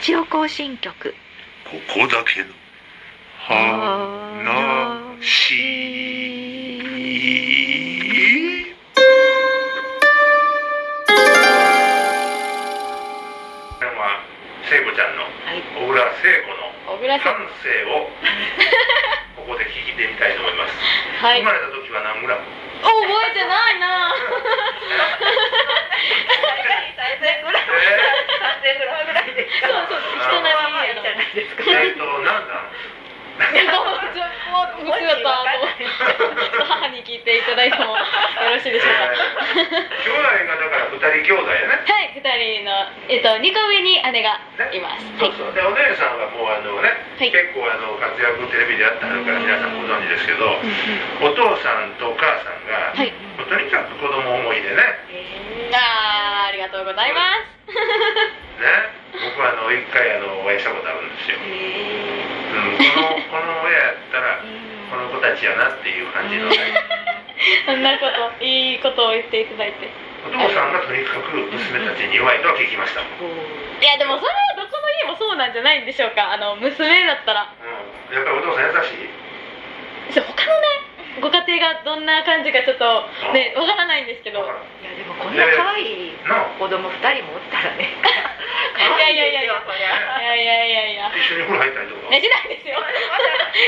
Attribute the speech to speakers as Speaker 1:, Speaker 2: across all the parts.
Speaker 1: 行進曲
Speaker 2: ここだけの話。これは聖子ちゃんの
Speaker 1: はい
Speaker 2: 小倉聖子の
Speaker 3: 小倉さ
Speaker 2: 半
Speaker 3: ん
Speaker 2: 生をここで聞いてみたいと思います。
Speaker 3: はい
Speaker 2: 生まれた時は何グラム？
Speaker 3: お覚えてないな
Speaker 2: え
Speaker 3: そうそう人並みやな
Speaker 2: ー、えーと何だ？
Speaker 3: もう娘とあの母に聞いていただいてもよろしい
Speaker 2: えー、兄
Speaker 3: でしょうか
Speaker 2: 弟がだから二人兄弟やね。
Speaker 3: はい二人のえっと二個上に姉がいます
Speaker 2: そ
Speaker 3: は
Speaker 2: う
Speaker 3: い
Speaker 2: そうでお姉さんはもうあのね、
Speaker 3: はい
Speaker 2: 結構あの活躍テレビでやってはるから皆さんご存知ですけど、お父さんとお母さんが、
Speaker 3: はい
Speaker 2: もうとにかく子供思いでね
Speaker 3: あーありがとうございます
Speaker 2: ね僕はあの一回あのお会いしたことあるんですよ、うん、このこの親やったらこの子たちやなっていう感じのね
Speaker 3: そんなこといいことを言っていただいて
Speaker 2: お父さんがとにかく娘たちに弱いとは聞きましたもん、うん、
Speaker 3: いやでもそれはどこの家もそうなんじゃないんでしょうかあの娘だったら
Speaker 2: やっぱりお父さん優しい
Speaker 3: そう他のねご家庭がどんな感じかちょっとねわからないんですけ
Speaker 2: だ
Speaker 3: ど
Speaker 2: から
Speaker 1: いやでもこんな可愛い
Speaker 2: なあ
Speaker 1: 子供二人もおったらね
Speaker 3: いやいやいやいや
Speaker 1: 可愛ですよ
Speaker 3: いやいやいやいや
Speaker 2: 一緒にお風呂入ったりとか、
Speaker 3: ねしないで すよ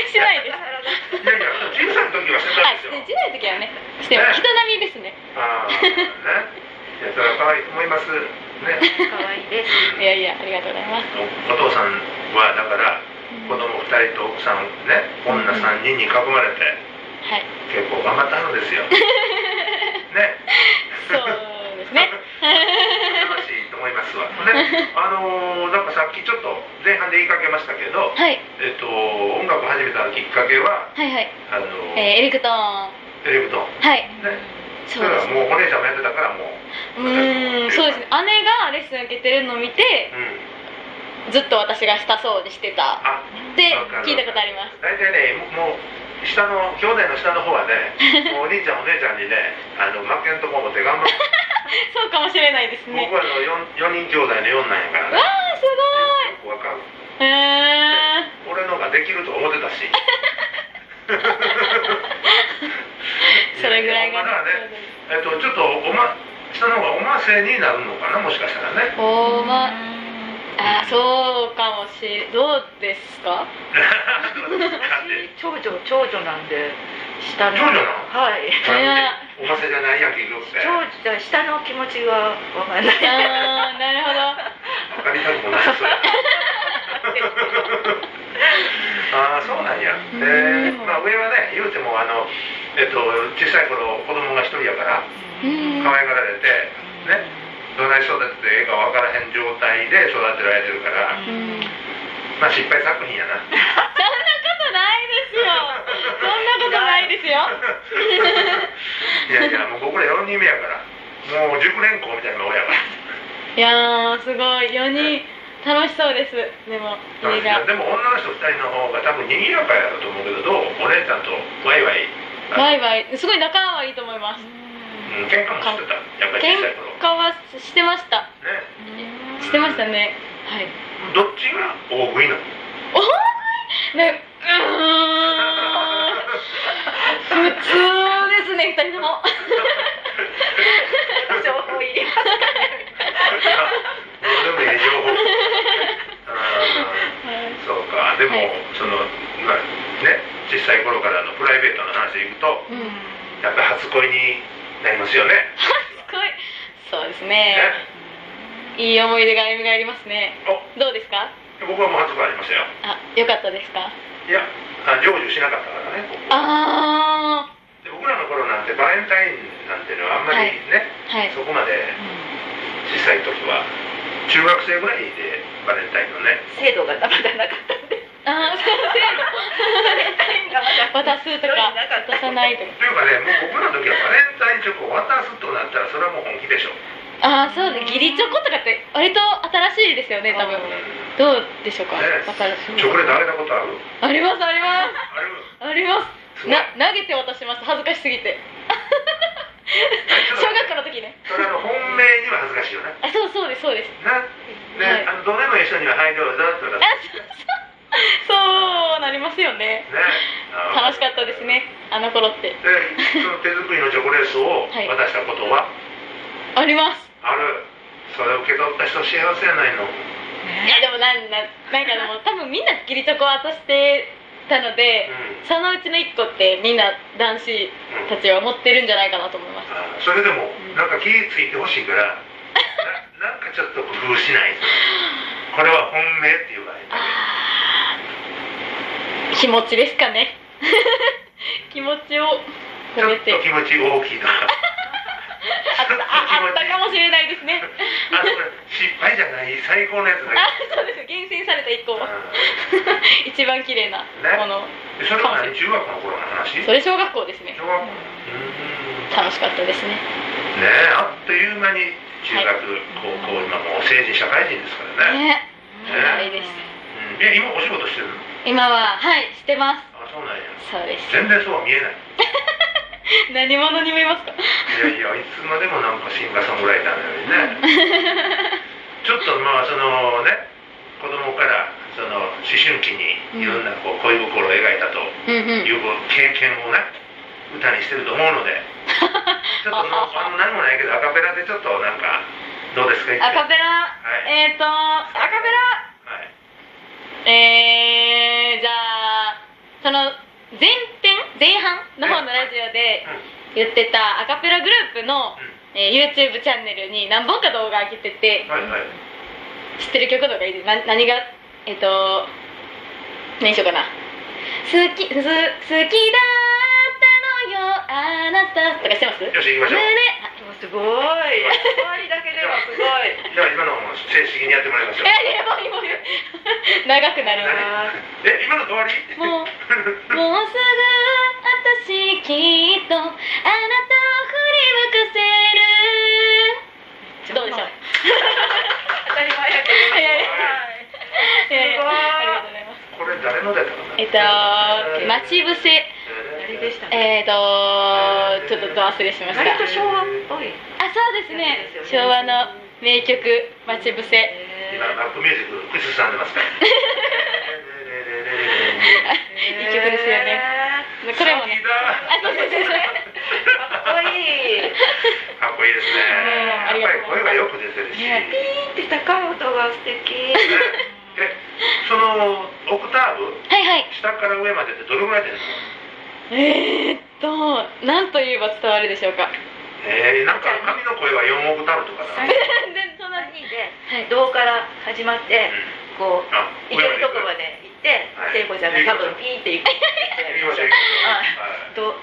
Speaker 3: しないです
Speaker 2: いやいや小さい時はしてた
Speaker 3: はい
Speaker 2: んですよ、
Speaker 3: しない時はねしても人並みですね
Speaker 2: ああねやったら可愛いと思いますね
Speaker 1: それは可愛いです
Speaker 3: いやいやありがとうございます
Speaker 2: お父さんはだから子供2人と奥さんね女3人に囲まれて
Speaker 3: はい
Speaker 2: 結構頑張ったの ですよね
Speaker 3: そうですね
Speaker 2: 楽しいと思いますわ ねあのーなんかさっきちょっと前半で言いかけましたけど
Speaker 3: はい
Speaker 2: えっと音楽を始めたきっかけは
Speaker 3: はいはい
Speaker 2: あの
Speaker 3: え
Speaker 2: ー
Speaker 3: ーエリクトーンは
Speaker 2: テレビと
Speaker 3: い
Speaker 2: ね
Speaker 3: そ
Speaker 2: だか
Speaker 3: う
Speaker 2: ら
Speaker 3: ですね
Speaker 2: もうお姉ちゃんもやってたからもう
Speaker 3: うーんそうですね姉がレッスン受けてるのを見て
Speaker 2: うん
Speaker 3: ずっと私がしたそうにしてた
Speaker 2: あ
Speaker 3: って聞いたことあります
Speaker 2: 大体ねもう下の兄弟の下の方は ねもうお兄ちゃんお姉ちゃんにねあの負けんとこ思って頑張って
Speaker 3: そうかもしれないです
Speaker 2: 僕
Speaker 3: ね
Speaker 2: はあの 4, 人兄弟の4なんやから
Speaker 3: わ
Speaker 2: ね
Speaker 3: あすご
Speaker 2: よくわかる
Speaker 3: いへー
Speaker 2: 俺のができると思ってたし
Speaker 3: それぐらい
Speaker 2: い
Speaker 3: が
Speaker 2: やほんまだねえっとちょっとおま下の方がおませになるのかなもしかしたらね
Speaker 3: おまあそうかもしれどうですか
Speaker 2: だって
Speaker 1: 長女長女なんで下の
Speaker 2: 長女なの
Speaker 1: はい
Speaker 2: おませじゃないやん結局って
Speaker 1: 長女だから下の気持ちがわかんない
Speaker 3: あーなるほ
Speaker 2: わかりたくもないそれああそうなんや
Speaker 3: うん
Speaker 2: で、まあ、上はね言うてもあの、えっと、小さい頃子供が一人やから
Speaker 3: どうん
Speaker 2: 可愛がられてねどない育ててええか分からへん状態で育てられてるから
Speaker 3: うん
Speaker 2: まあ失敗作品や な
Speaker 3: そんなことないですよそんなことないですよ
Speaker 2: いやいやもう僕ら4人目やからもう熟年校みたいな親が
Speaker 3: いやーすごい4人楽しそうですでも家が
Speaker 2: でも女の人2人の方が多分にぎやかやと思うけどどうお姉ちゃんとワイワイ
Speaker 3: バイバイすごい仲はいいと思います
Speaker 2: うん喧嘩もしてたやっぱり
Speaker 3: 喧
Speaker 2: 小さい頃
Speaker 3: 嘩はしてました
Speaker 2: ね
Speaker 3: してましたねはい
Speaker 2: どっちが大食いなの
Speaker 3: おいねうーん普通ですね2人とも
Speaker 1: 情報入れます
Speaker 2: どうでもいい情報あーそうかでも、
Speaker 3: はい
Speaker 2: そのまあね小さい頃からのプライベートの話でいくと
Speaker 3: うん
Speaker 2: やっぱり初恋になりますよね
Speaker 3: すごいそうですねいい思い出が蘇りますね
Speaker 2: お
Speaker 3: どうですか
Speaker 2: 僕はもう初恋ありましたよ
Speaker 3: あ良かったですか
Speaker 2: いやあ成就しなかったからね僕
Speaker 3: あ
Speaker 2: で僕らの頃なんてバレンタインなんていうのはあんまりね、
Speaker 3: ーはい
Speaker 2: そこまで小さい時は中学生ぐらいでバレンタインのね
Speaker 1: 制度がまだなかったんで
Speaker 3: あー 渡すとか渡さないとか
Speaker 2: というかねもう僕らの時はバレンタインチョコを渡すとなったらそれはもう本気でしょ
Speaker 3: ああそうです義理チョコとかって割と新しいですよね多分
Speaker 2: チ
Speaker 3: どうでしょうか
Speaker 2: ね
Speaker 3: わかる
Speaker 2: ョコレートあげたことある
Speaker 3: ありますあります
Speaker 2: ある
Speaker 3: あります
Speaker 2: すごい
Speaker 3: な投げて渡します恥ずかしすぎて小学校の時ね
Speaker 2: それあの本命には恥ずかしいよな。
Speaker 3: あそうそうですそうです
Speaker 2: な、ね、あのどれも一緒には入ろうぞと
Speaker 3: あ
Speaker 2: か。
Speaker 3: そうそうそうなりますよね
Speaker 2: ね、
Speaker 3: 楽しかったですね。あの頃って
Speaker 2: で、その手作りのチョコレートを
Speaker 3: はい
Speaker 2: 渡したことは
Speaker 3: あります
Speaker 2: ある。それを受け取った人幸せやないの。
Speaker 3: いやでもなんなんなんかでも多分みんな義理チョコ渡してたので、
Speaker 2: うん
Speaker 3: そのうちの1個ってみんな男子たちは持ってるんじゃないかなと思います
Speaker 2: あそれでもなんか気ぃついてほしいから、な なんかちょっと工夫しないと。これは本命っていう場合。
Speaker 3: あー気持ちですかね 気持ちを
Speaker 2: ち
Speaker 3: 込
Speaker 2: ょ
Speaker 3: め
Speaker 2: っと
Speaker 3: て
Speaker 2: 気持ち大きいとか。
Speaker 3: あったああったかもしれないですね
Speaker 2: あそれ失敗じゃない最高のやつだけ
Speaker 3: あそうですよ厳選された1個
Speaker 2: ど、うん
Speaker 3: 一番綺麗なもの
Speaker 2: でそれは何中学の頃の話
Speaker 3: それ小学校ですね
Speaker 2: 小学校うーん
Speaker 3: 楽しかったですね
Speaker 2: ねえあっという間に中学、高校今もう成人社会人ですからね、
Speaker 3: ね
Speaker 2: 早
Speaker 3: 早いです
Speaker 2: うん、え今お仕事してるの
Speaker 3: 今ははいしてま
Speaker 2: あそうなんや
Speaker 3: すそうです
Speaker 2: 全然そうは見えない
Speaker 3: 何者に見えますか
Speaker 2: いやいやいつまでもなんかシンガーソングライターのようにね ちょっとまあそのね子供からその思春期にいろんなこう恋心を描いたと
Speaker 3: うんう
Speaker 2: い
Speaker 3: ん
Speaker 2: うこう経験をね歌にしてると思うの でちょっともうあの何もないけどアカペラでちょっとなんかどうですか言って
Speaker 3: アカペラ、
Speaker 2: はい
Speaker 3: えっ、とアカペ
Speaker 2: はい
Speaker 3: ラえー、じゃあその前編前半の方のラジオで
Speaker 2: うん
Speaker 3: 言ってたアカペラグループの、えー YouTube チャンネルに何本か動画上げてて
Speaker 2: うん、はいはい
Speaker 3: 知ってる曲とかいいですな何がえっ、と何しようかな「好きす好きだったのよあなた」とかしてます
Speaker 2: よし行きましょう
Speaker 3: ね
Speaker 1: もうすごい終わりだけではすごい
Speaker 2: じゃあ今のも正式にやってもらいましょう
Speaker 3: えもういいもう いい長くなるな
Speaker 2: 何え今の終わり
Speaker 3: もう
Speaker 2: う
Speaker 3: もうすぐ私きっとあなたを振り向かせるどうでしょう
Speaker 1: 当たり前やけど
Speaker 3: 早い
Speaker 1: はい
Speaker 3: いやいや
Speaker 1: すごい
Speaker 3: ありがとうございます
Speaker 2: これ誰のだったかな
Speaker 3: えっと待ち伏せ
Speaker 1: 誰でしたね
Speaker 3: えっとちょっとど忘れしました
Speaker 1: 割と昭和っぽい
Speaker 3: あそうですね昭和の名曲「待ち伏せ
Speaker 2: 今バックミュージック口ずさんでます から
Speaker 3: いい曲ですよねこれもねあそうそうそう
Speaker 1: かっこいい
Speaker 2: かっこいいですね
Speaker 3: うんありが
Speaker 2: やっぱり
Speaker 3: とうご
Speaker 2: 声
Speaker 3: ざい
Speaker 2: がよく
Speaker 3: ます
Speaker 1: ねピ
Speaker 2: 出てるし、
Speaker 1: ーンって高い音が素敵
Speaker 2: えそのオクターブ
Speaker 3: はいはい
Speaker 2: 下から上までってどれぐらいですか
Speaker 3: えー、っと何と言えば伝わるでしょうか
Speaker 2: えー、なんか神の声は4オクターブとかな、うん、
Speaker 3: 全然そんな
Speaker 1: 3人で
Speaker 3: はい
Speaker 1: 胴から始まってこう
Speaker 2: あ
Speaker 1: 行けるとこまで行って
Speaker 2: はい
Speaker 1: 聖子ちゃんが多分ピーンって行く
Speaker 2: 行きましょう行きましょうはい
Speaker 1: どう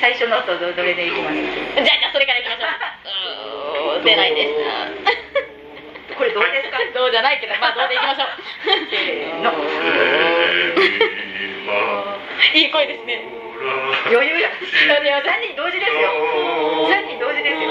Speaker 1: 最初の音どどれで行きます
Speaker 3: じゃあじゃあそれからいきまし ょううーん出ないです
Speaker 1: これどうですか
Speaker 3: どうじゃないけどまあどうでいき ましょう
Speaker 1: せーの
Speaker 3: いい声ですね
Speaker 1: 余裕や
Speaker 3: それでは
Speaker 1: 3人同時ですよ3人同時ですよ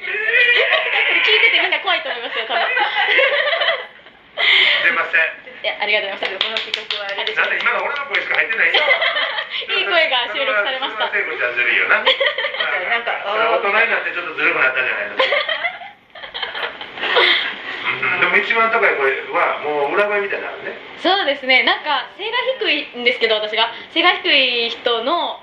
Speaker 3: 聞いててみんな怖いと思いますよ多 分いやありがとうございまし
Speaker 1: この企画はあれです
Speaker 2: なんで今の俺の声しか入ってないよ。
Speaker 3: たいい声が収録されました
Speaker 2: それは聖子ちゃんずるいよな。
Speaker 1: なんか
Speaker 2: それは大人になってちょっとずるくなったんじゃないの。うんでも一番高い声はもう裏声みたいなのね。
Speaker 3: そうですねなんか背が低いんですけど私が背が低い人の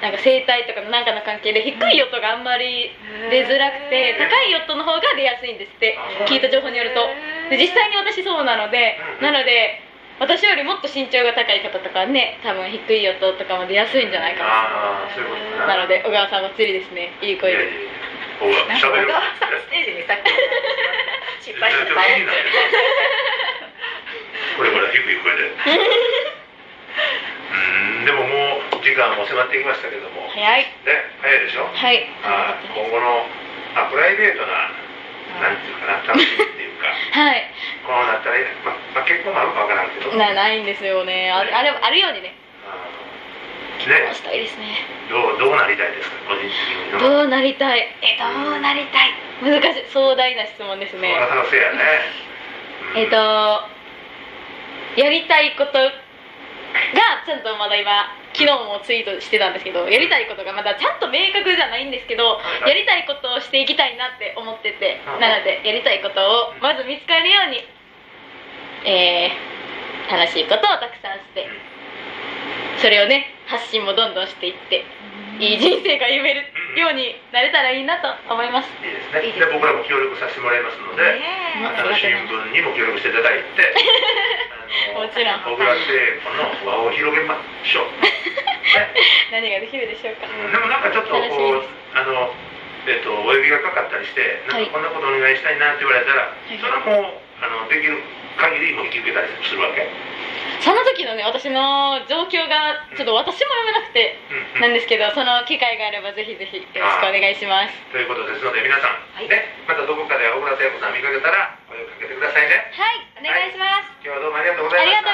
Speaker 2: う
Speaker 3: なんか声帯とかのなんかの関係で低い音があんまり出づらくて
Speaker 1: へー
Speaker 3: 高い音の方が出やすいんですって
Speaker 2: あ
Speaker 3: 聞いた情報によるとで実際に私そうなので
Speaker 2: うん
Speaker 3: なので私よりもっと身長が高い方とかね多分低い音とかも出やすいんじゃないか
Speaker 2: ああーそういうこと
Speaker 3: な
Speaker 2: かな。
Speaker 3: なので小川さんばっちりですねいい声
Speaker 2: いや
Speaker 3: で
Speaker 2: いやいや。ほら喋る。
Speaker 1: 小川さんステージにさっき失敗した
Speaker 2: ちょっと気になるこれこれ低い声で。うんでももう時間も迫ってきましたけども。ね
Speaker 3: 早い
Speaker 2: 早いでしょ。
Speaker 3: はい
Speaker 2: あー今後のあプライベートな、なんていうかな、楽しみっていう か、
Speaker 3: はい
Speaker 2: こうなったらいい、ままあ、結婚もあるかわからんけど、
Speaker 3: なないんですよねあるあるあるようにね
Speaker 2: あー
Speaker 3: こう
Speaker 2: ね
Speaker 3: したいですね
Speaker 2: どう、どうなりたいですか、個人的にの。
Speaker 3: どうなりたいえどうなりたい難しい壮大な質問ですね
Speaker 2: なかなかせやね。
Speaker 3: えっ、とやりたいことがちゃんとまだ今昨日もツイートしてたんですけどやりたいことがまだちゃんと明確じゃないんですけど
Speaker 2: はいはい
Speaker 3: やりたいことをしていきたいなって思ってて
Speaker 2: はい
Speaker 3: なのでやりたいことをまず見つかるようにえー楽しいことをたくさんしてそれをね発信もどんどんしていっていい人生が夢るようになれたらいいなと思います
Speaker 2: いいですね
Speaker 1: いいです
Speaker 2: で僕らも協力させてもらいますので、
Speaker 1: ね
Speaker 3: ま
Speaker 1: え
Speaker 3: た
Speaker 2: 新聞にも協力していただいてあの
Speaker 3: もちろん
Speaker 2: 小倉製粉の輪を広げましょう、ね
Speaker 3: 何ができるでしょうか
Speaker 2: うんでもなんかちょっとこう
Speaker 3: 楽しいで
Speaker 2: あの、えっとお呼びがかかったりしてなん
Speaker 3: はい
Speaker 2: かこんなことお願いしたいなって言われたら、
Speaker 3: い
Speaker 2: それはもうあのできる限りもう引き受けたりするわけ、う
Speaker 3: その時のね私の状況がちょっと私も読めなくて
Speaker 2: んうん
Speaker 3: なんですけどその機会があればぜひぜひよろしくお願いします
Speaker 2: ということですので皆さん、
Speaker 1: はい
Speaker 2: ね、またどこかで小倉製粉さん見かけたら声をかけてくださいね
Speaker 3: はいお願いします
Speaker 2: 今日はどうもありがとうござ
Speaker 3: あ
Speaker 2: い
Speaker 3: り
Speaker 2: ました
Speaker 3: がとう